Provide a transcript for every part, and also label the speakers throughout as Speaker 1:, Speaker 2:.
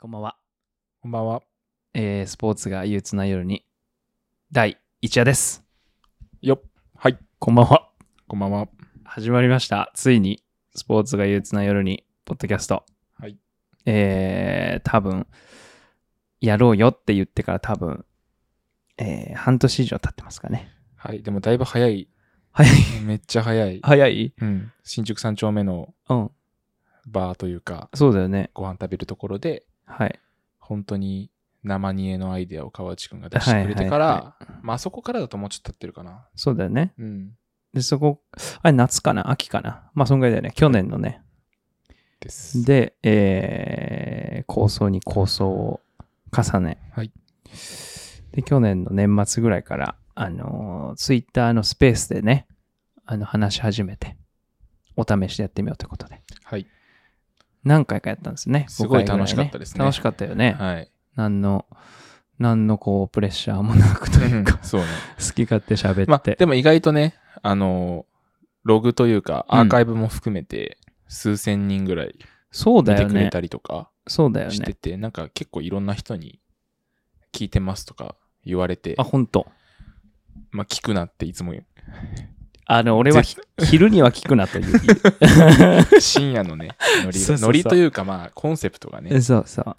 Speaker 1: こんばんは、
Speaker 2: こんばんは。
Speaker 1: えースポーツが憂鬱な夜に第1夜です
Speaker 2: よっ。はい。
Speaker 1: こんばんは
Speaker 2: こんばんは。
Speaker 1: 始まりましたついにスポーツが憂鬱な夜にポッドキャスト
Speaker 2: はい
Speaker 1: えー多分やろうよって言ってから多分えー半年以上経ってますかね
Speaker 2: はい。でもだいぶ早い。
Speaker 1: 早い
Speaker 2: めっちゃ早い。
Speaker 1: 早い
Speaker 2: うん。新宿三丁目の
Speaker 1: うん
Speaker 2: バーというか、
Speaker 1: そうだよね
Speaker 2: ご飯食べるところで、
Speaker 1: はい
Speaker 2: 本当に生煮えのアイデアを川内くんが出してくれてから、
Speaker 1: はいは
Speaker 2: まああそこからだともうちょっと経ってるかな。
Speaker 1: そうだよね
Speaker 2: うん。
Speaker 1: でそこあれ夏かな秋かなまあそんぐらいだよね去年のね、
Speaker 2: です。
Speaker 1: で、えー構想に構想を重ね、
Speaker 2: はい
Speaker 1: で去年の年末ぐらいから、あのツイッター Twitter のスペースでねあの話し始めてお試しでやってみようということで
Speaker 2: はい。
Speaker 1: 何回かやったんですね
Speaker 2: すご
Speaker 1: 5回
Speaker 2: い
Speaker 1: ぐら
Speaker 2: 楽しかったですね
Speaker 1: 楽しかったよね、
Speaker 2: はい。
Speaker 1: 何の何のこうプレッシャーもなくというか
Speaker 2: そうね。
Speaker 1: 好き勝手喋って、
Speaker 2: まあ、でも意外とね、あの、ログというか、
Speaker 1: うん
Speaker 2: アーカイブも含めて、数千人ぐらい
Speaker 1: そう
Speaker 2: 見
Speaker 1: だ
Speaker 2: て
Speaker 1: よ
Speaker 2: くれ
Speaker 1: ね
Speaker 2: たりとか
Speaker 1: そうだよ
Speaker 2: して
Speaker 1: ね
Speaker 2: て、なんか結構いろんな人に聞いてますとか言われて、
Speaker 1: あ本当
Speaker 2: まあ聞くなっていつも言う
Speaker 1: あの俺はひ昼には聞くなという
Speaker 2: 深夜のね、ノ リ
Speaker 1: そうそう
Speaker 2: が
Speaker 1: そう
Speaker 2: ノリというかまあコンセプトがね。
Speaker 1: そうそう。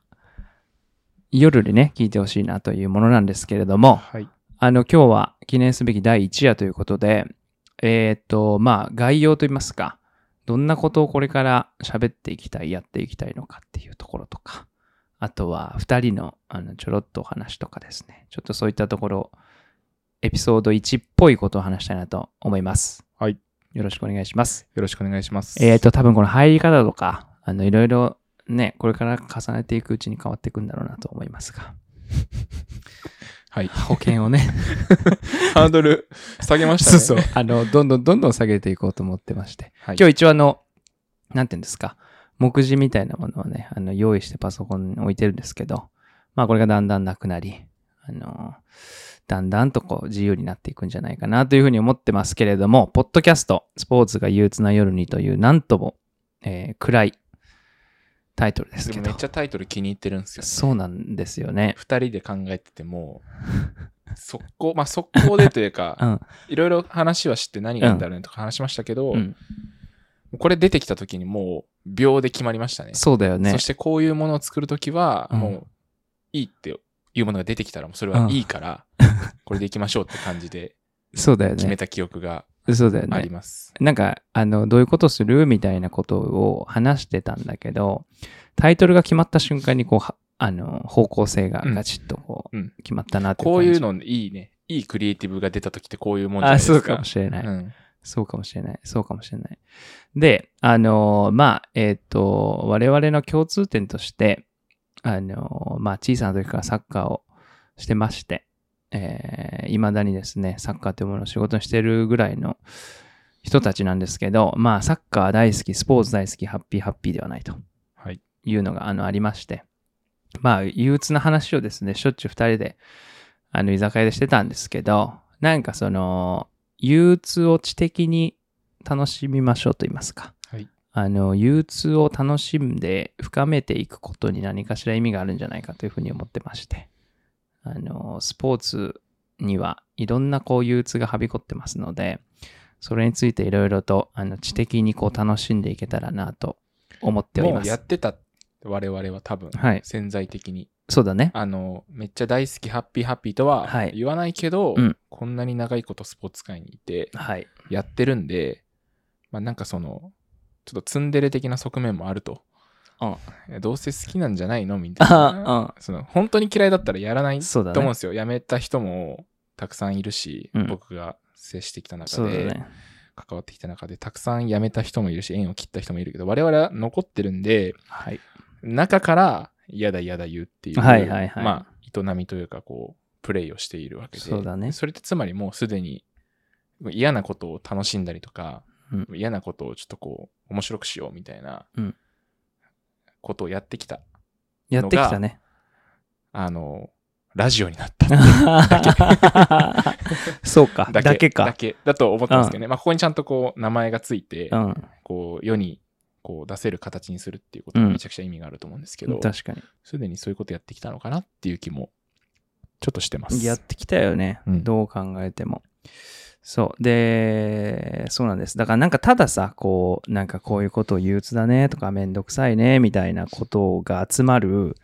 Speaker 1: 夜にね、聞いてほしいなというものなんですけれども、
Speaker 2: はい。
Speaker 1: あの、今日は記念すべき第1夜ということで、えーっと、まあ、概要といいますか、どんなことをこれから喋っていきたい、やっていきたいのかっていうところとか、あとは2人のあのちょろっとお話とかですね、ちょっとそういったところ、エピソード1っぽいことを話したいなと思います。
Speaker 2: はい。
Speaker 1: よろしくお願いします。
Speaker 2: よろしくお願いします。
Speaker 1: えー、と、多分この入り方とか、あの、いろいろね、これから重ねていくうちに変わっていくんだろうなと思いますが、
Speaker 2: はい。
Speaker 1: 保険をね、
Speaker 2: ハードル下げました
Speaker 1: そう
Speaker 2: ね。
Speaker 1: そう、あの、どんどんどんどん下げていこうと思ってまして、
Speaker 2: はい。
Speaker 1: 今日一応あの、なんていうんですか、目次みたいなものをね、あの、用意してパソコンに置いてるんですけど、まあこれがだんだんなくなり、あの、だんだんとこう自由になっていくんじゃないかなというふうに思ってますけれども、ポッドキャスト、スポーツが憂鬱な夜にという、なんとも、えー暗いタイトルです
Speaker 2: で
Speaker 1: け
Speaker 2: も
Speaker 1: ど。
Speaker 2: めっちゃタイトル気に入ってるんですよ。
Speaker 1: そうなんですよね。
Speaker 2: 二人で考えて ても、速攻、まあ速攻でというか、
Speaker 1: うん。
Speaker 2: いろいろ話は知って何がいいんだろうねとか話しましたけど、
Speaker 1: うん
Speaker 2: これ出てきた時にもう秒で決まりましたね。
Speaker 1: そうだよね
Speaker 2: そし。てこういうものを作るときは、
Speaker 1: うん
Speaker 2: もういいっていうものが出てきたら、もうそれはい いから、これでいきましょうって感じで
Speaker 1: そうだよ
Speaker 2: 決め
Speaker 1: ね。
Speaker 2: た記憶が
Speaker 1: そうだよ
Speaker 2: あ
Speaker 1: ね
Speaker 2: り。ます。
Speaker 1: なんか、あの、どういうことするみたいなことを話してたんだけど、タイトルが決まった瞬間に、こうは、あの、方向性がガチッとこう、
Speaker 2: うんうん
Speaker 1: 決まったなってい
Speaker 2: こういう
Speaker 1: 感
Speaker 2: のいいね。いいクリエイティブが出たときってこういうもん
Speaker 1: じ。
Speaker 2: じゃない
Speaker 1: あ、
Speaker 2: で
Speaker 1: そ
Speaker 2: すか。
Speaker 1: うかもしれない。
Speaker 2: うん
Speaker 1: そうかもしれない。そうかもしれない。で、あのーまあ、えっ、と、我々の共通点として、あのーまあ、小さな時からサッカーをしてまして、えいまだにですね、サッカーというものを仕事にしてるぐらいの人たちなんですけど、まあ、サッカー大好き、スポーツ大好き、ハッピーハッピーではないと
Speaker 2: はい。
Speaker 1: いうのが、あの、ありまして、まあ、憂鬱な話をですね、しょっちゅう二人で、あの、居酒屋でしてたんですけど、なんかその、憂鬱を知的に楽しみましょうと言いますか。
Speaker 2: はい
Speaker 1: あの、憂鬱を楽しんで深めていくことに何かしら意味があるんじゃないかというふうに思ってまして。あの、スポーツにはいろんなこう憂鬱がはびこってますので、それについていろいろとあの知的にこう楽しんでいけたらなと思っており
Speaker 2: も
Speaker 1: ま
Speaker 2: う
Speaker 1: す。
Speaker 2: やってた我々は多分、
Speaker 1: はい
Speaker 2: 潜在的に。
Speaker 1: そうだね。
Speaker 2: あの、めっちゃ大好き、ハッピーハッピーとは
Speaker 1: はい
Speaker 2: 言わないけど、
Speaker 1: うん
Speaker 2: こんなに長いことスポーツ界にいて、
Speaker 1: はい。
Speaker 2: やってるんで、まあなんかその、ちょっとツンデレ的な側面もあると。
Speaker 1: うん
Speaker 2: いやどうせ好きなんじゃないのみたいな。
Speaker 1: あ、
Speaker 2: その本当に嫌いだったらやらないと
Speaker 1: そうだ
Speaker 2: 思うん
Speaker 1: ね。
Speaker 2: ですよ。やめた人もたくさんいるし、
Speaker 1: うん
Speaker 2: 僕が接してきた中
Speaker 1: そうだ
Speaker 2: で、
Speaker 1: ね。
Speaker 2: 関わってきた中で、たくさん辞めた人もいるし、縁を切った人もいるけど、我々は残ってるんで、
Speaker 1: はい。
Speaker 2: 中から嫌だ嫌だ言うっていう、
Speaker 1: はいはいはい
Speaker 2: まあ、営みというか、こう、プレイをしているわけで。
Speaker 1: そうだね
Speaker 2: それってつまりもうすでに嫌なことを楽しんだりとか、
Speaker 1: うん
Speaker 2: 嫌なことをちょっとこう、面白くしようみたいな
Speaker 1: うん
Speaker 2: ことをやってきた。
Speaker 1: やってきたね。
Speaker 2: あの、ラジオになった。
Speaker 1: そうか。 だけ
Speaker 2: だけ
Speaker 1: か。
Speaker 2: だけだと思ったんですけどね。まあ、ここにちゃんとこう、名前がついて、
Speaker 1: うん。
Speaker 2: こう、世にこう出せる形にするっていうことにめちゃくちゃ意味があると思うんですけど、
Speaker 1: 確かに。
Speaker 2: すでにそういうことやってきたのかなっていう気もちょっとしてます。
Speaker 1: やってきたよね、
Speaker 2: うん
Speaker 1: どう考えても。そう。で、そうなんです。だからなんかたださ、こう、なんかこういうことを憂鬱だねとかめんどくさいねみたいなことが集まる、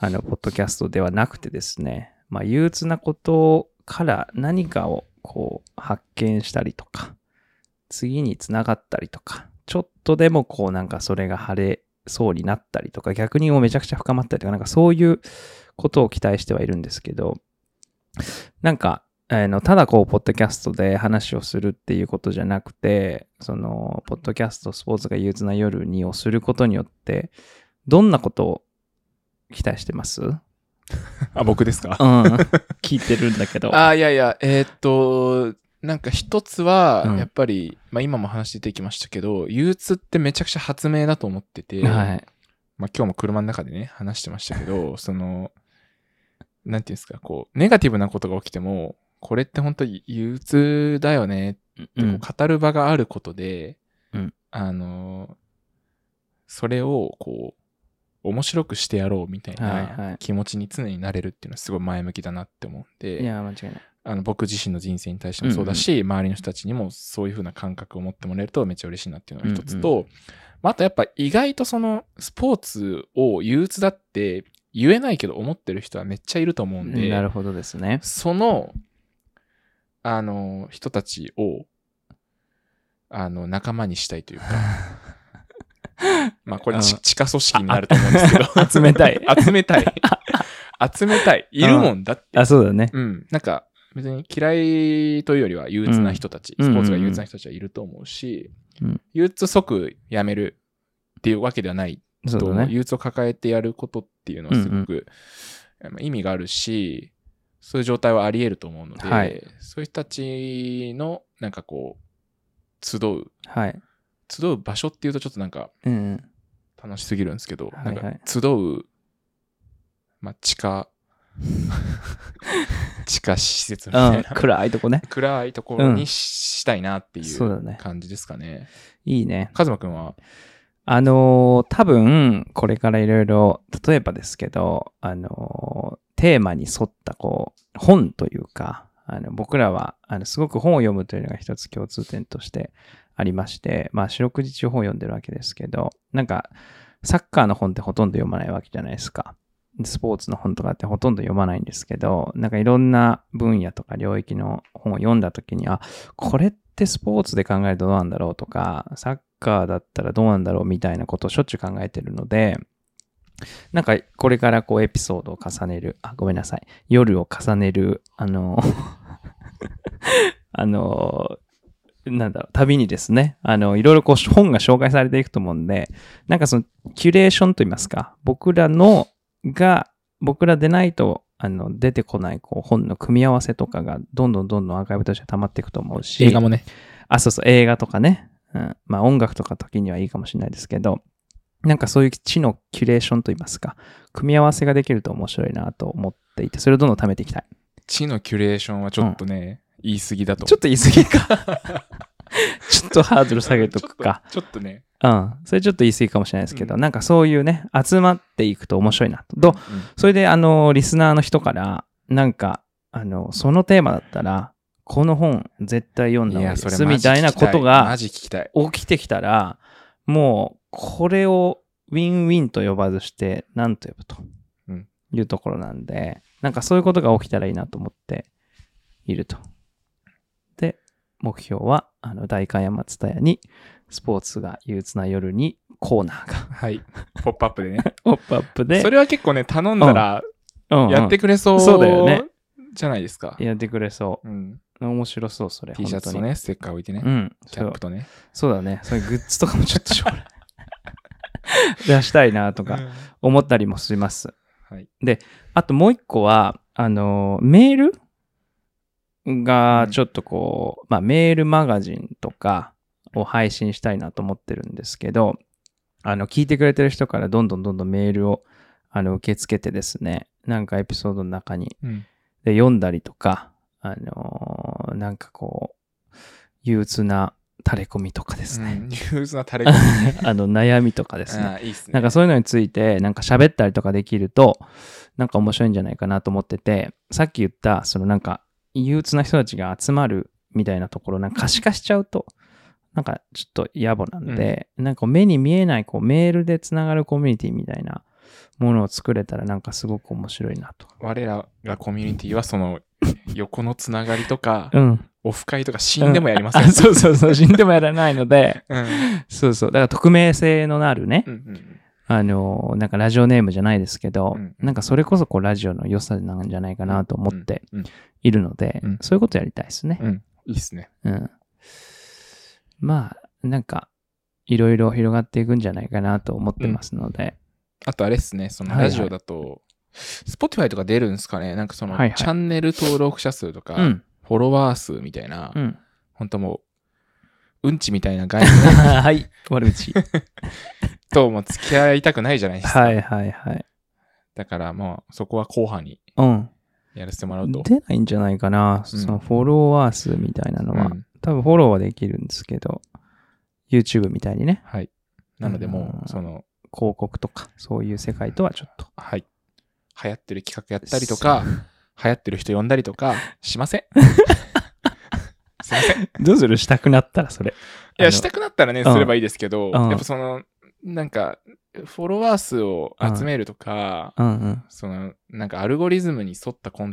Speaker 1: あの、ポッドキャストではなくてですね、まあ、憂鬱なことから何かをこう発見したりとか、次につながったりとか、ちょっとでもこうなんかそれが晴れそうになったりとか、逆にもうめちゃくちゃ深まったりとか、なんかそういうことを期待してはいるんですけど、なんか、あのただこう、ポッドキャストで話をするっていうことじゃなくて、その、ポッドキャスト、スポーツが憂鬱な夜にをすることによって、どんなことを期待してます うん。
Speaker 2: あ、僕ですか
Speaker 1: 聞いてるんだけど。
Speaker 2: あ、いやいや、えーっと、なんか一つは
Speaker 1: うん、
Speaker 2: やっぱり、まあ今も話出てきましたけど、憂鬱ってめちゃくちゃ発明だと思ってて、
Speaker 1: はい。
Speaker 2: まあ今日も車の中でね、話してましたけど、 その、なんていうんですか、こう、ネガティブなことが起きても、これって本当に憂鬱だよねって
Speaker 1: う
Speaker 2: こ
Speaker 1: ん
Speaker 2: う語る場があることで、
Speaker 1: うん
Speaker 2: あの、それをこう、面白くしてやろうみたい
Speaker 1: はいはい
Speaker 2: な気持ちに常になれるっていうのはすごい前向きだなって思うんで、
Speaker 1: いや、間違いない。
Speaker 2: あの僕自身の人生に対してもそうだし、周りの人たちにもそういう風な感覚を持ってもらえるとめっちゃ嬉しいなっていうのが一つ
Speaker 1: う
Speaker 2: と、
Speaker 1: ん
Speaker 2: まあ、あとやっぱ意外とそのスポーツを憂鬱だって言えないけど思ってる人はめっちゃいると思うんで、
Speaker 1: なるほどですね。
Speaker 2: その、あの、人たちを、あの、仲間にしたい というか、まあこれち
Speaker 1: うん、
Speaker 2: 地下組織になると思うんですけど
Speaker 1: 集めたい
Speaker 2: 集 めたい。集めたい。いるもんだって。
Speaker 1: あ、そうだね。
Speaker 2: うん、なんか別に嫌いというよりは憂鬱な人たち、
Speaker 1: うん
Speaker 2: スポーツが憂鬱な人たちはいると思うし、
Speaker 1: うん
Speaker 2: 憂鬱即やめるっていうわけではない
Speaker 1: そ
Speaker 2: と
Speaker 1: う
Speaker 2: 思う、
Speaker 1: だね。
Speaker 2: 憂鬱を抱えてやることっていうのはすごく、まあ意味があるしそういう状態はあり得ると思うので、
Speaker 1: はい
Speaker 2: そういう人たちのなんかこう集う
Speaker 1: はい。
Speaker 2: 集う場所っていうとちょっとなんか
Speaker 1: うんうん。
Speaker 2: 楽しすぎるんですけど、
Speaker 1: はいはい
Speaker 2: なんか集う、まあ、地下地下施設み
Speaker 1: う
Speaker 2: た
Speaker 1: ん
Speaker 2: いな、
Speaker 1: 暗いとこね。
Speaker 2: 暗いところ
Speaker 1: う
Speaker 2: に
Speaker 1: ん
Speaker 2: ししたいなってい
Speaker 1: そうだ
Speaker 2: う
Speaker 1: ね
Speaker 2: 感じですかね。
Speaker 1: いいね。
Speaker 2: カズマくんは、
Speaker 1: あのー多分、これからいろいろ、例えばですけど、あのーテーマに沿った、こう、本というか、あの僕らは、あの、すごく本を読むというのが一つ共通点としてありまして、まあ、四六時中本を読んでるわけですけど、なんか、サッカーの本ってほとんど読まないわけじゃないですか。スポーツの本とかってほとんど読まないんですけど、なんかいろんな分野とか領域の本を読んだときに、あ、これってスポーツで考えるとどうなんだろうとか、サッカーだったらどうなんだろうみたいなことをしょっちゅう考えてるので、なんかこれからこうエピソードを重ねる、あ、ごめんなさい、夜を重ねる、あの、 あの、なんだろう、旅にですね、あの、いろいろこう本が紹介されていくと思うんで、なんかそのキュレーションといいますか、僕らのが、僕らでないと、あの出てこないこう本の組み合わせとかがどんどんどんどんアーカイブとして溜まっていくと思うし
Speaker 2: 映画もね、
Speaker 1: あ、そうそう、映画とかね。うん、まあ音楽とか時にはいいかもしれないですけど、なんかそういう知のキュレーションといいますか、組み合わせができると面白いなと思っていて、それをどんどん貯めていきたい。
Speaker 2: 知のキュレーションはちょっとね、言い過ぎだと思う。
Speaker 1: ちょっと言い過ぎか。 ちょっとハードル下げとくか。
Speaker 2: ちょっと。ちょっとね。
Speaker 1: うん。それちょっと言い過ぎかもしれないですけど、
Speaker 2: うん
Speaker 1: なんかそういうね、集まっていくと面白いなと。ど
Speaker 2: うん
Speaker 1: それで、あの、リスナーの人から、なんか、あの、そのテーマだったら、この本絶対読んだ方が
Speaker 2: い
Speaker 1: い
Speaker 2: や、
Speaker 1: い
Speaker 2: そ
Speaker 1: で
Speaker 2: れ
Speaker 1: す
Speaker 2: マ
Speaker 1: み
Speaker 2: ジ聞
Speaker 1: た
Speaker 2: き
Speaker 1: い
Speaker 2: た
Speaker 1: ないことが
Speaker 2: マジ聞きたい。
Speaker 1: 起きてきたら、もう、これをウィンウィンと呼ばずして、なんと呼ぶと
Speaker 2: うん
Speaker 1: いうところなんで、なんかそういうことが起きたらいいなと思っていると。で、目標は、あの、代官山蔦屋に、スポーツが憂鬱な夜にコーナー が、
Speaker 2: はい。ポップアップでね。
Speaker 1: ポップアップで、
Speaker 2: それは結構ね、頼んだら
Speaker 1: うんうん
Speaker 2: やってくれそう。
Speaker 1: そうだよね。
Speaker 2: じゃないですか。
Speaker 1: やってくれそ
Speaker 2: うん。
Speaker 1: う。面白そう、それ。
Speaker 2: T シャツと
Speaker 1: 本
Speaker 2: ね、ステッカー置いてね
Speaker 1: 当。に。うん。
Speaker 2: キャップとね。
Speaker 1: そうだね。それグッズとかもちょっと将来 出したいなと
Speaker 2: う
Speaker 1: か
Speaker 2: ん
Speaker 1: 思ったりもします。
Speaker 2: はい。
Speaker 1: あともう一個は、あの、メールがちょっとこう、まあメールマガジンとかを配信したいなと思ってるんですけど、あの、聞いてくれてる人からどんどんどんどんメールをあの受け付けてですね、なんかエピソードの中に
Speaker 2: うん
Speaker 1: で読んだりとか、あのーなんかこう、憂鬱な垂れ込みとかですね。
Speaker 2: うん、憂鬱なタレコミね
Speaker 1: あの、悩みとかですね。
Speaker 2: あーいいっすね。
Speaker 1: なんかそういうのについて、なんか喋ったりとかできると、なんか面白いんじゃないかなと思ってて、さっき言った、そのなんか、憂鬱な人たちが集まるみたいなところ、なんか可視化しちゃうと、なんかちょっと野暮なんで、なんか目に見えない、こう、メールでつながるコミュニティみたいなものを作れたら、なんかすごく面白いなと。
Speaker 2: 我らがコミュニティは その横のつながりとか、
Speaker 1: うん。
Speaker 2: オフ会とか死んでもやりません。
Speaker 1: あそうそう そう、死んでもやらないので、
Speaker 2: うん。うん
Speaker 1: そうそう。だから匿名性のあるね、
Speaker 2: うん
Speaker 1: あの、なんかラジオネームじゃないですけど、
Speaker 2: うん
Speaker 1: なんかそれこそこうラジオの良さなんじゃないかなと思って
Speaker 2: うん
Speaker 1: いるので、
Speaker 2: うん
Speaker 1: そういうことやりたいですね
Speaker 2: う。んうん。いいっすね。
Speaker 1: うん。まあ、なんか、いろいろ広がっていくんじゃないかなと思ってますので、
Speaker 2: あとあれっすね、その
Speaker 1: はいは
Speaker 2: ラ
Speaker 1: い
Speaker 2: ジオだと、Spotify とか出るんですかねなんかその、
Speaker 1: はいはい
Speaker 2: チャンネル登録者数とか、
Speaker 1: うん。
Speaker 2: フォロワー数みたいな、
Speaker 1: うん。
Speaker 2: ほんともう、うんちみたいな概 念
Speaker 1: はい、悪口。
Speaker 2: ともう付き合いたくないじゃないですか。
Speaker 1: はいはいはい。
Speaker 2: だからまあ、そこは後半に
Speaker 1: うん。
Speaker 2: やらせてもらうと。
Speaker 1: 出ないんじゃないかな、そのフォロワー数みたいなのは。
Speaker 2: うん
Speaker 1: 多分フォローはできるんですけど、YouTube みたいにね、
Speaker 2: はい。なのでも
Speaker 1: うん
Speaker 2: う、その、
Speaker 1: 広告とか、そういう世界とはちょっと。
Speaker 2: はい。流行ってる企画やったりとか、流行ってる人呼んだりとか、しません。すいません。い
Speaker 1: どうするしたくなったらそれ。あ
Speaker 2: や、
Speaker 1: の
Speaker 2: したくなったらね、
Speaker 1: うん
Speaker 2: すればいいですけ
Speaker 1: う
Speaker 2: ど、
Speaker 1: ん
Speaker 2: やっぱその、なんか、フォロワー数を集めるとか、
Speaker 1: うんうん。
Speaker 2: その、なんかアルゴリズムに沿ったコンテン
Speaker 1: あ
Speaker 2: ツを作ると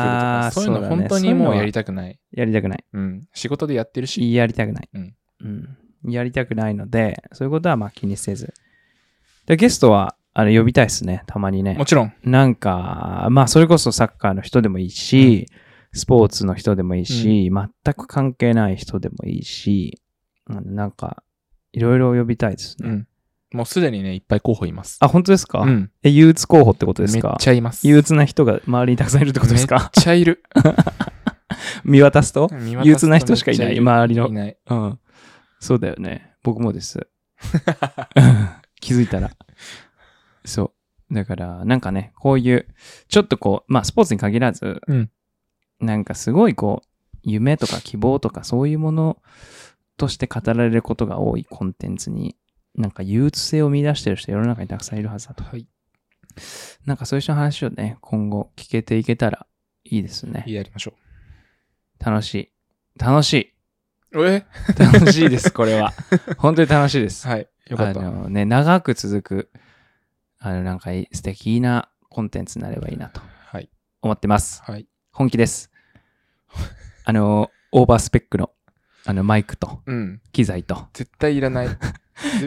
Speaker 2: か
Speaker 1: ー、
Speaker 2: そうい
Speaker 1: そ
Speaker 2: う
Speaker 1: う
Speaker 2: の
Speaker 1: だね
Speaker 2: 本当
Speaker 1: そうい
Speaker 2: に
Speaker 1: うのは
Speaker 2: もうやりたくない。
Speaker 1: やりたくない。
Speaker 2: うん。仕事でやってるし、
Speaker 1: やりたくない。
Speaker 2: うん
Speaker 1: うん。やりたくないので、そういうことはまあ気にせず。で、ゲストは、あの、呼びたいですね。たまにね
Speaker 2: も。ちろん。
Speaker 1: なんか、まあ、それこそサッカーの人でもいいし、スポーツの人でもいいし、全く関係ない人でもいいし、うんなんか、いろいろ呼びたいです
Speaker 2: う
Speaker 1: ね。
Speaker 2: ん。もうすでにね、いっぱい候補います。
Speaker 1: あ、本当ですか、
Speaker 2: うん。
Speaker 1: え、憂鬱候補ってことです
Speaker 2: めっ
Speaker 1: か
Speaker 2: ちゃいます。
Speaker 1: 憂鬱な人が周りにたくさんいるってことですか
Speaker 2: めっちゃいる。
Speaker 1: 見渡すと
Speaker 2: 見 渡すと
Speaker 1: 憂鬱な人しかいない、
Speaker 2: めっちゃ
Speaker 1: 周りの
Speaker 2: い。ない。
Speaker 1: うん。そうだよね。僕も です。気づいたら。そう。だから、なんかね、こういう、ちょっとこう、まあ、スポーツに限らず、
Speaker 2: うん
Speaker 1: なんかすごいこう、夢とか希望とかそういうものとして語られることが多いコンテンツに、なんか憂鬱性を見出してる人世の中にたくさんいるはずだと。
Speaker 2: はい。
Speaker 1: なんかそういう人の話をね、今後聞けていけたらいいですね。
Speaker 2: やりましょ
Speaker 1: 楽しい。楽しい。
Speaker 2: う。え
Speaker 1: 楽しい です、これは。本当に楽しいです。
Speaker 2: はい。よかった。
Speaker 1: あ
Speaker 2: は
Speaker 1: のね、長く続く、あの、なんかい素敵なコンテンツになればいいなと
Speaker 2: い。
Speaker 1: 思ってます。
Speaker 2: はい。
Speaker 1: 本気です。あの、オーバースペックの、あの、マイクと、
Speaker 2: うん。
Speaker 1: 機材と、
Speaker 2: 絶対いらない。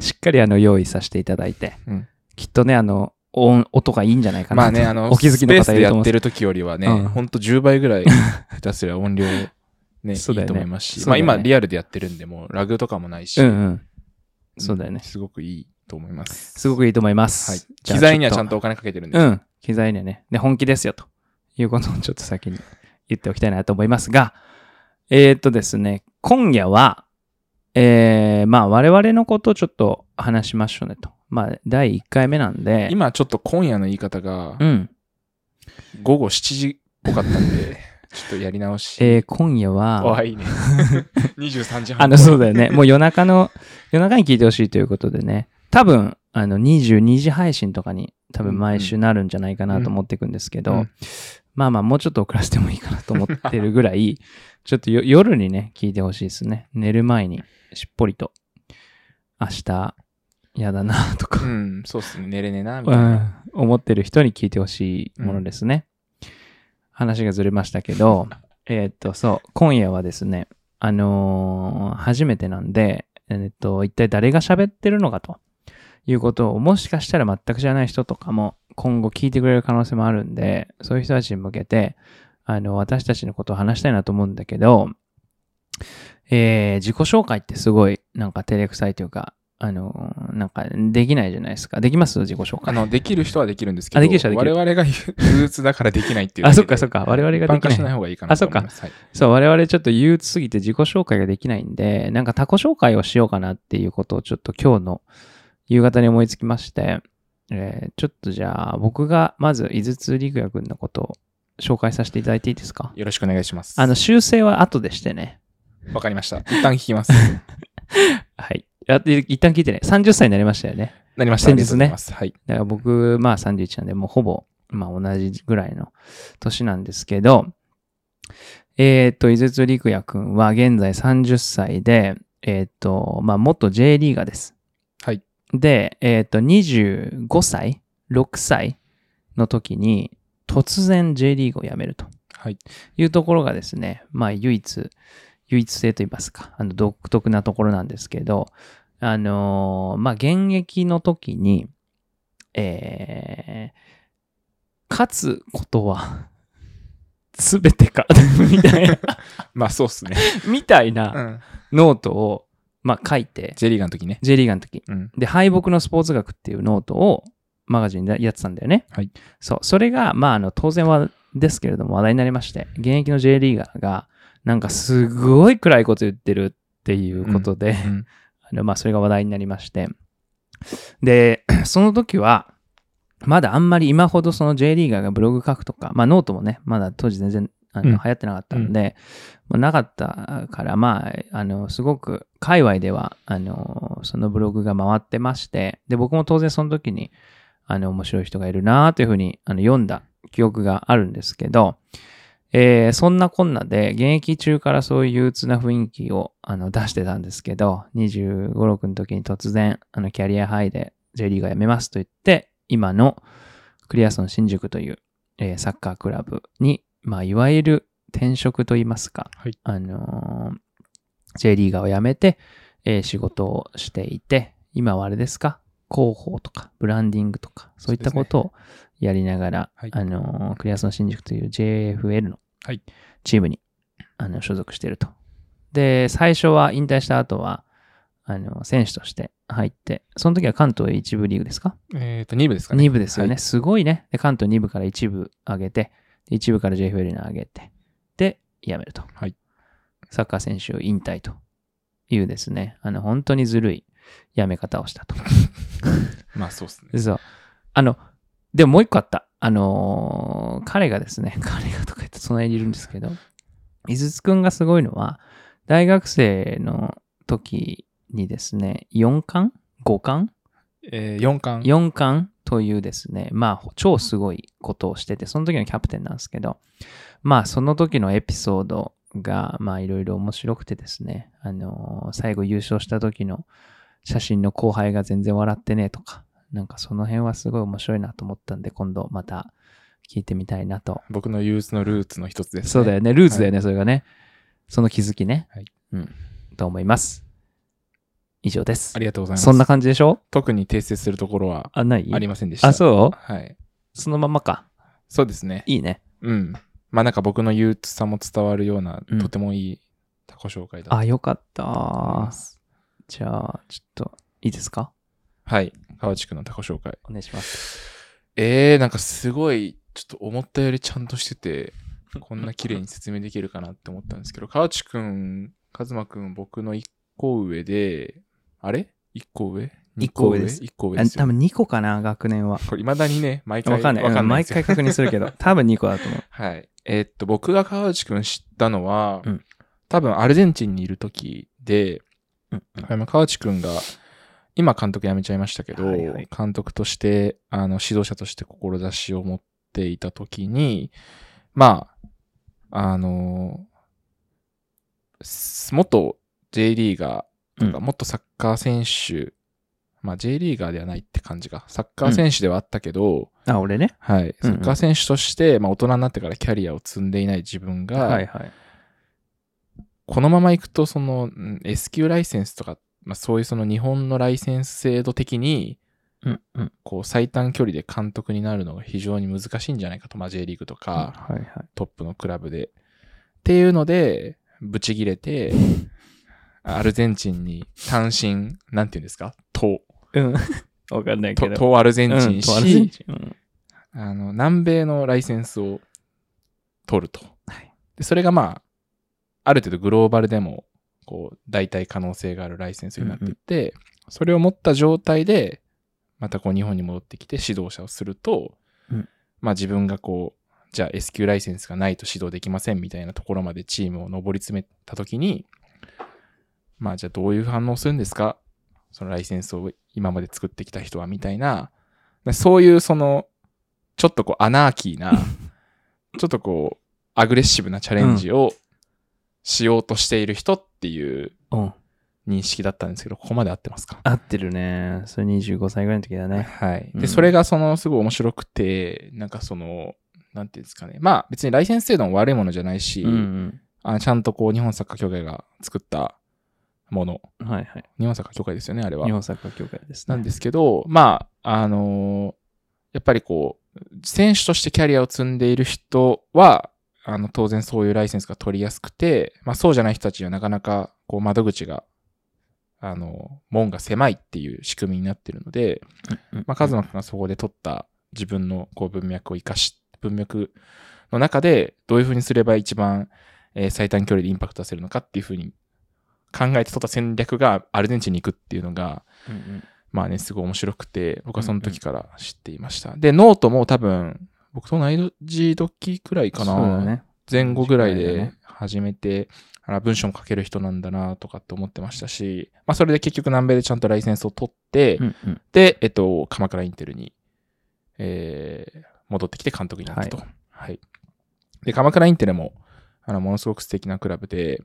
Speaker 1: しっかりあの、用意させていただいて、
Speaker 2: うん
Speaker 1: きっとね、あの、音音がいいんじゃないかな
Speaker 2: ま
Speaker 1: と
Speaker 2: あね、あの、
Speaker 1: お気づきの
Speaker 2: スペ
Speaker 1: 方
Speaker 2: ース
Speaker 1: い
Speaker 2: で
Speaker 1: る
Speaker 2: や
Speaker 1: と思う
Speaker 2: っ
Speaker 1: んで
Speaker 2: て
Speaker 1: す
Speaker 2: る時よりはね、
Speaker 1: うん
Speaker 2: ほんと10倍ぐらい、下手すりゃ音量、ね、
Speaker 1: そうだ
Speaker 2: いい
Speaker 1: よね
Speaker 2: と思いますし、
Speaker 1: そう
Speaker 2: まあ
Speaker 1: だよね
Speaker 2: 今リアルでやってるんで、もうラグとかもないし、
Speaker 1: けどうんうん。そうだよね。
Speaker 2: すごくいいと思います。
Speaker 1: すごくいいと思いま
Speaker 2: はい
Speaker 1: す。。じゃあ
Speaker 2: 機材にはちゃん
Speaker 1: と
Speaker 2: とお金かけてるんで、
Speaker 1: うん、機材にはね、で本気ですよということをちょっと先に言っておきたいなと思いますが、えー、っとですね、今夜は、えー、まあ我々のことをちょっと話しましょうねと。まあ第1回目なんで、
Speaker 2: 今ちょっと今夜の言い方が
Speaker 1: う、ん、
Speaker 2: 午後7時っぽかった んで、ちょっとやり直し。
Speaker 1: えー、今夜
Speaker 2: あ
Speaker 1: は、
Speaker 2: いいね。23時半。
Speaker 1: あの、そうだよ ね、もう夜中の、夜中に聞いてほしいということでね、多分、あの、22時配信とかに多分毎週なるんじゃないかなと思っていくんですけど、
Speaker 2: うん
Speaker 1: まあまあ、もうちょっと遅らせてもいいかなと思ってるぐらい、 ちょっとよ夜にね、聞いてほしいですね。寝る前に、しっぽりと、明日、やだなと
Speaker 2: う
Speaker 1: か、
Speaker 2: ん、そうっすね。寝れねえな、み
Speaker 1: う
Speaker 2: たいな。
Speaker 1: ん、思ってる人に聞いてほしいものですね。話がずれましたけ ど、えーっと、そう、今夜はですね、あのー初めてなんで、えーっと、一体誰が喋ってるのかということを、もしかしたら全く知らない人とかも、今後聞いてくれる可能性もあるんで、そういう人たちに向けて、あの、私たちのことを話したいなと思うんだけど、えー自己紹介ってすごい、なんか照れくさいというか、あのーなんかできないじゃないですか。できます自己紹
Speaker 2: あ
Speaker 1: 介。
Speaker 2: の、できる人はできるんですけど、
Speaker 1: あできる人はできる
Speaker 2: 我々が憂鬱だからできないっていうだ
Speaker 1: あ、
Speaker 2: けで。
Speaker 1: そっかそっか。我々が
Speaker 2: 一般
Speaker 1: で
Speaker 2: 化
Speaker 1: き
Speaker 2: しな
Speaker 1: ないい。
Speaker 2: 方がいいかなと思います。はい
Speaker 1: そう、我々ちょっと憂鬱すぎて自己紹介ができないんで、なんか他己紹介をしようかなっていうことをちょっと今日の夕方に思いつきまして、えーちょっとじゃあ僕がまず井筒陸也くんのことを紹介させていただいていいですか
Speaker 2: よろしくお願いします。
Speaker 1: あの、修正は後でしてね。
Speaker 2: わかりました。一旦聞きます。
Speaker 1: はい。あで一旦聞いてね、30歳になりましたよね。
Speaker 2: なりました。
Speaker 1: 先日ね
Speaker 2: ありがとうございますはい。
Speaker 1: だから僕、まあ31なんで、もうほぼ、まあ同じぐらいの年なんですけど、えっ、と、井筒陸也くんは現在30歳で、えっ、と、まあ元 J リーガーです。
Speaker 2: はい。
Speaker 1: で、えっ、と、25歳、6歳の時に、突然 J リーグを辞めると
Speaker 2: はい。
Speaker 1: いうところがですね、まあ唯一、唯一性といいますか、あの独特なところなんですけど、あのーまあ現役の時に、えー、勝つことは 全てか みたいな、
Speaker 2: まあ、そうっすね。。
Speaker 1: みたいうなんノートを、まあ書いて、
Speaker 2: J リーガーの時ね。
Speaker 1: J リーガーの時。
Speaker 2: うん。
Speaker 1: で、敗北のスポーツ学っていうノートをマガジンでやってたんだよね。
Speaker 2: はい
Speaker 1: そう。それが、まあ、あの、当然はですけれども話題になりまして、現役の J リーガーが、なんかすごい暗いこと言ってるっていうことで、
Speaker 2: うん。
Speaker 1: あのまあ、それが話題になりまして。で、 その時は、まだあんまり今ほどその J リーガーがブログ書くとか、まあノートもね、まだ当時全然あの
Speaker 2: うん
Speaker 1: 流行ってなかったんで、まあ、なかったから、まあ、あの、すごく界隈では、あの、そのブログが回ってまして、で、僕も当然その時に、あの、面白い人がいるなというふうにあの読んだ記憶があるんですけど、えーそんなこんなで、現役中からそういう憂鬱な雰囲気をあの出してたんですけど、25、6の時に突然、あのキャリアハイで J リーガー辞めますと言って、今のクリアソン新宿という、えーサッカークラブに、まあ、いわゆる転職といいますか、
Speaker 2: はい
Speaker 1: あのー J リーガーを辞めて、えー仕事をしていて、今はあれですか、広報とかブランディングとか、そういったことをやりながら、
Speaker 2: はい
Speaker 1: あのークリアソン新宿という JFL の
Speaker 2: はい
Speaker 1: チームに、あの所属していると。で、最初は引退した後は、あの、選手として入って、その時は関東一部リーグですか
Speaker 2: えっと、2部ですかね。
Speaker 1: 二部ですよね。
Speaker 2: はい
Speaker 1: すごいね。で、関東2部から1部上げて、で1部から JFL に上げて、で、辞めると。
Speaker 2: はい
Speaker 1: サッカー選手を引退というですね、あの、本当にずるい辞め方をしたと。
Speaker 2: まあ、そうっすね。
Speaker 1: そう。あの、でももう一個あった。あのー彼がですね、 彼がとか言って隣にいるんですけど、井筒くんがすごいのは、大学生の時にですね、4巻 ?5 巻
Speaker 2: えー、4巻。
Speaker 1: 4巻というですね、まあ、超すごいことをしてて、その時のキャプテンなんですけど、まあ、その時のエピソードが、まあ、いろいろ面白くてですね、あのー最後優勝した時の写真の後輩が全然笑ってねえとか、なんかその辺はすごい面白いなと思ったんで、今度また聞いてみたいなと。
Speaker 2: 僕の憂鬱のルーツの一つです、ね。
Speaker 1: そうだよね、ルーツだよね、それがね。その気づきね。
Speaker 2: はい
Speaker 1: うん。と思います。以上です
Speaker 2: あ。りがとうございます。
Speaker 1: そんな感じでしょ
Speaker 2: 特に訂正するところは
Speaker 1: あ、ない
Speaker 2: ありませんでした。
Speaker 1: あ、そう
Speaker 2: はい。
Speaker 1: そのままか。
Speaker 2: そうですね。
Speaker 1: いいね。
Speaker 2: うん。まあなんか僕の憂鬱さも伝わるような、
Speaker 1: うん
Speaker 2: とてもいい他己紹介だ
Speaker 1: あ、
Speaker 2: と
Speaker 1: よかっ
Speaker 2: 思いま
Speaker 1: た。
Speaker 2: す。
Speaker 1: じゃあ、ちょっと、いいですか
Speaker 2: はい。川地区の他己紹介。
Speaker 1: お願いします。
Speaker 2: えー、なんかすごい、ちょっと思ったよりちゃんとしてて、こんな綺麗に説明できるかなって思ったんですけど、川地くん、和馬くん、僕の一個上で、あれ一個上
Speaker 1: 一個上です
Speaker 2: 一個上
Speaker 1: あ
Speaker 2: です
Speaker 1: 多
Speaker 2: よ。
Speaker 1: 分2個かな、学年は。
Speaker 2: これ未だにね、毎回。
Speaker 1: わかんない。うん毎
Speaker 2: ですよ
Speaker 1: 回確認する けど、多分2個だと思う。
Speaker 2: はい。えーっと、僕が川内くん知ったのは、
Speaker 1: うん
Speaker 2: 多分アルゼンチンにいる時で、
Speaker 1: うん
Speaker 2: あの川内くんが、今監督辞めちゃいましたけど、
Speaker 1: はいはい
Speaker 2: 監督として、あの、指導者として志を持っていた時に、まあ、あの、す元 J リーガーとか、
Speaker 1: う
Speaker 2: 元サッカー選手、まあ J リーガーではないって感じが、サッカー選手ではあったけど、
Speaker 1: あ、俺ね。
Speaker 2: はい。
Speaker 1: う
Speaker 2: サ
Speaker 1: んうん
Speaker 2: ッカー選手として、まあ大人になってからキャリアを積んでいない自分が、
Speaker 1: はい。
Speaker 2: このまま行くと、その、うん S q ライセンスとか、まあそういうその日本のライセンス制度的に、
Speaker 1: うん、うん。
Speaker 2: こう最短距離で監督になるのが非常に難しいんじゃないかと、まあ J リーグとか、
Speaker 1: はいはい。
Speaker 2: トップのクラブで。っていうので、ブチギレて、アルゼンチンに単身、なんていうんですか、東、
Speaker 1: うん。 わかんないけ
Speaker 2: と
Speaker 1: ど。
Speaker 2: 東アルゼンチ
Speaker 1: うん
Speaker 2: ン
Speaker 1: とアルゼン
Speaker 2: し、
Speaker 1: チンうん
Speaker 2: あの、南米のライセンスを取ると。
Speaker 1: はい
Speaker 2: でそれがまあ、ある程度グローバルでも、こう、代替可能性があるライセンスになってて、それを持った状態で、またこう日本に戻ってきて指導者をすると、
Speaker 1: うん
Speaker 2: まあ自分がこう、じゃあ S q ライセンスがないと指導できませんみたいなところまでチームを上り詰めたときに、まあじゃあどういう反応するんですかそのライセンスを今まで作ってきた人はみたいな、なそういうその、ちょっとこうアナーキ ーな、ちょっとこうアグレッシブなチャレンジをしようとしている人っていう
Speaker 1: うん。
Speaker 2: 認識だったんですけど、ここまで合ってますか
Speaker 1: 合ってるね。それ25歳ぐらいの時だね。
Speaker 2: はい。
Speaker 1: うん
Speaker 2: で、それがその、すごい面白くて、なんかその、なんていうんですかね。まあ、別にライセンス制度も悪いものじゃないし、
Speaker 1: うん
Speaker 2: あちゃんとこう、日本サッカー協会が作ったもの、
Speaker 1: うん。はいはい。
Speaker 2: 日本サッカー協会ですよね、あれは
Speaker 1: 日。本サッカー協会ですね。
Speaker 2: なんですけど、まあ、あのーやっぱりこう、選手としてキャリアを積んでいる人は、あの、当然そういうライセンスが取りやすくて、まあ、そうじゃない人たちにはなかなか、こう、窓口が、あの、門が狭いっていう仕組みになってるので、
Speaker 1: うん、
Speaker 2: まあ、カズマ君がそこで取った自分のこう文脈を生かし、文脈の中でどういうふうにすれば一番、えー最短距離でインパクト出せるのかっていうふうに考えて取った戦略がアルゼンチンに行くっていうのが、
Speaker 1: うんうん
Speaker 2: まあね、すごい面白くて、僕はその時から知っていました。で、ノートも多分、僕と同じ時くらいかな。
Speaker 1: そうだね。
Speaker 2: 前後ぐらい
Speaker 1: 近いよ
Speaker 2: で
Speaker 1: ね
Speaker 2: 始めて、あら文章も書ける人なんだなとかって思ってましたし、まあそれで結局南米でちゃんとライセンスを取って、
Speaker 1: うんうん。
Speaker 2: で、えっと、鎌倉インテルに、えー戻ってきて監督になったと。
Speaker 1: は
Speaker 2: はい。で、鎌倉インテルも、あの、ものすごく素敵なクラブで、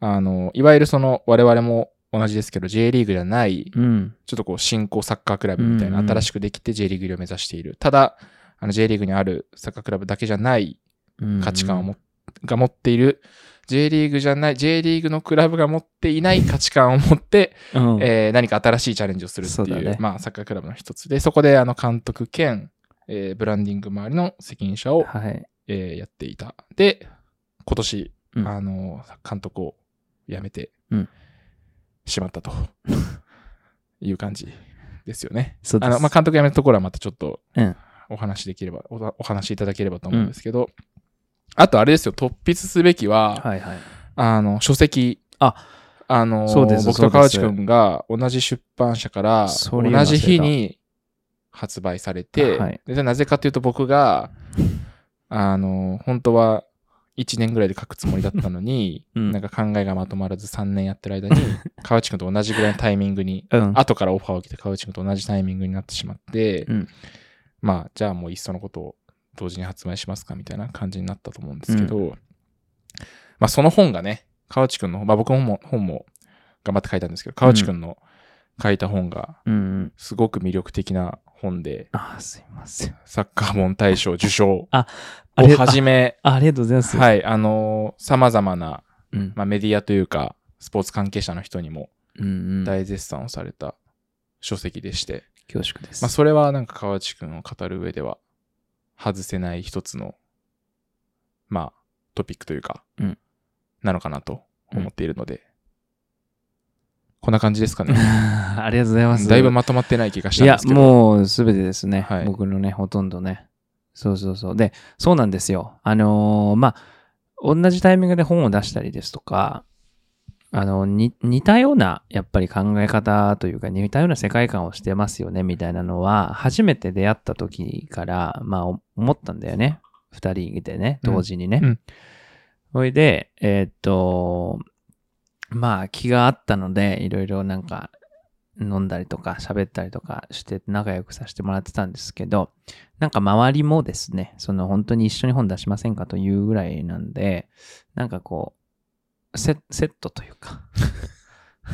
Speaker 2: あの、いわゆるその、我々も同じですけど、J リーグじゃない、
Speaker 1: うん。
Speaker 2: ちょっとこう、新興サッカークラブみたい
Speaker 1: う
Speaker 2: な、
Speaker 1: んうん
Speaker 2: 新しくできて J リーグ入りを目指している。ただ、あの、J リーグにあるサッカークラブだけじゃない
Speaker 1: うん
Speaker 2: 価値観をも、が持っている、J リーグじゃない、J リーグのクラブが持っていない価値観を持って、
Speaker 1: うん。
Speaker 2: えー何か新しいチャレンジをするって
Speaker 1: そう
Speaker 2: い
Speaker 1: だ
Speaker 2: う
Speaker 1: ね
Speaker 2: まあ、サッカークラブの一つでそこであの監督兼、えーブランディング周りの責任者を、
Speaker 1: はい。
Speaker 2: えーやっていたで今年、
Speaker 1: うん
Speaker 2: あの監督を辞めて
Speaker 1: うん
Speaker 2: しまっ たと、いう感じですよね。
Speaker 1: そうで
Speaker 2: あ
Speaker 1: す。
Speaker 2: のまあ、監督辞めたところはまたちょっと
Speaker 1: うん
Speaker 2: お話しできれば、おお話しいただければと思うんですけど、あとあれですよ突筆すべきは、
Speaker 1: はいはい。
Speaker 2: あの、書籍。
Speaker 1: あ
Speaker 2: あの、
Speaker 1: そうです
Speaker 2: 僕
Speaker 1: そう
Speaker 2: と
Speaker 1: です
Speaker 2: 川内くんが同じ出版社から
Speaker 1: それ
Speaker 2: 同じ日に発売されて、
Speaker 1: はい
Speaker 2: でなぜかというと僕が、あの、本当は1年ぐらいで書くつもりだったのに、
Speaker 1: うん
Speaker 2: なんか考えがまとまらず3年やってる間に、川内くんと同じぐらいのタイミングに、
Speaker 1: うん。
Speaker 2: 後からオファーを受けて川内くんと同じタイミングになってしまって、
Speaker 1: うん
Speaker 2: まあ、じゃあもういっそのことを同時に発売しますかみたいな感じになったと思うんですけど、まあその本がね、川内くんの、まあ僕も本も本も頑張って書いたんですけど、川内くんの書いた本が
Speaker 1: うんうん。
Speaker 2: すごく魅力的な本で、
Speaker 1: あ、すいません。
Speaker 2: サッカー本大賞受賞を
Speaker 1: あり
Speaker 2: はじめ、
Speaker 1: あありがとうございます。い。
Speaker 2: はい、あのー、様々な、
Speaker 1: うん。
Speaker 2: まあ、メディアというか、スポーツ関係者の人にも
Speaker 1: うんうん。
Speaker 2: 大絶賛をされた書籍でして、
Speaker 1: 恐縮です。
Speaker 2: まあ、それはなんか川内くんを語る上では外せない一つの、まあ、トピックというか、
Speaker 1: うん
Speaker 2: なのかなと思っているので、こんな感じですか ね。
Speaker 1: ありがとうございます。
Speaker 2: だいぶまとまってない気がし
Speaker 1: い
Speaker 2: たんで
Speaker 1: や、
Speaker 2: すけど。
Speaker 1: もうすべてですね、
Speaker 2: はい
Speaker 1: 僕のね、ほとんどね。そうそうそう。で、そうなんですよ。あのーまあ、同じタイミングで本を出したりですとか、あの、に似たような、やっぱり考え方というか、似たような世界観をしてますよね、みたいなのは、初めて出会った時から、まあ、お思ったんだよね。二人でね、同時にね。
Speaker 2: うんうん
Speaker 1: それで、えーっと、まあ、気があったので、いろいろなんか、飲んだりとか喋ったりとかして仲良くさせてもらってたんですけどなんか周りもですねその本当に一緒に本出しませんかというぐらいなんでなんかこうセセットというか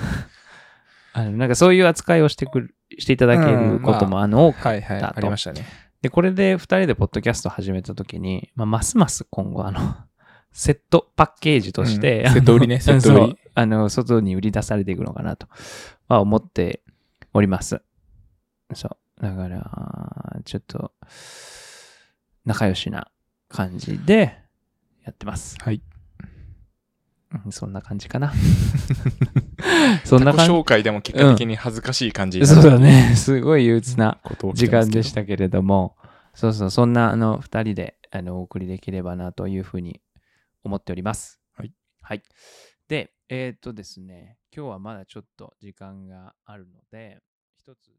Speaker 1: あのなんかそういう扱いをしてくるしていただけることもあの多く
Speaker 2: はいはい、
Speaker 1: だと
Speaker 2: ありましたね。
Speaker 1: で、これで2人でポッドキャスト始めたときに、まあ、ますます今後、あの、 セットパッケージとして、
Speaker 2: うん
Speaker 1: あの
Speaker 2: セット売りねセット売り
Speaker 1: そうあの、外に売り出されていくのかなとは思っております。そう。だから、ちょっと、仲良しな感じでやってます。
Speaker 2: はい。
Speaker 1: うんそんな感じか な。そんな
Speaker 2: 自己
Speaker 1: 感
Speaker 2: 紹介でも結果的に恥ずかしい感じ
Speaker 1: じ。
Speaker 2: にな
Speaker 1: そう
Speaker 2: る
Speaker 1: だね。すごい憂鬱な。
Speaker 2: ことを。
Speaker 1: 時間でしたたけれども、そうそう、そんなあの2人であのお送りできればなというふうに思っております。
Speaker 2: はい。
Speaker 1: はい。で、えーっとですね、今日はまだちょっと時間があるので、一つ。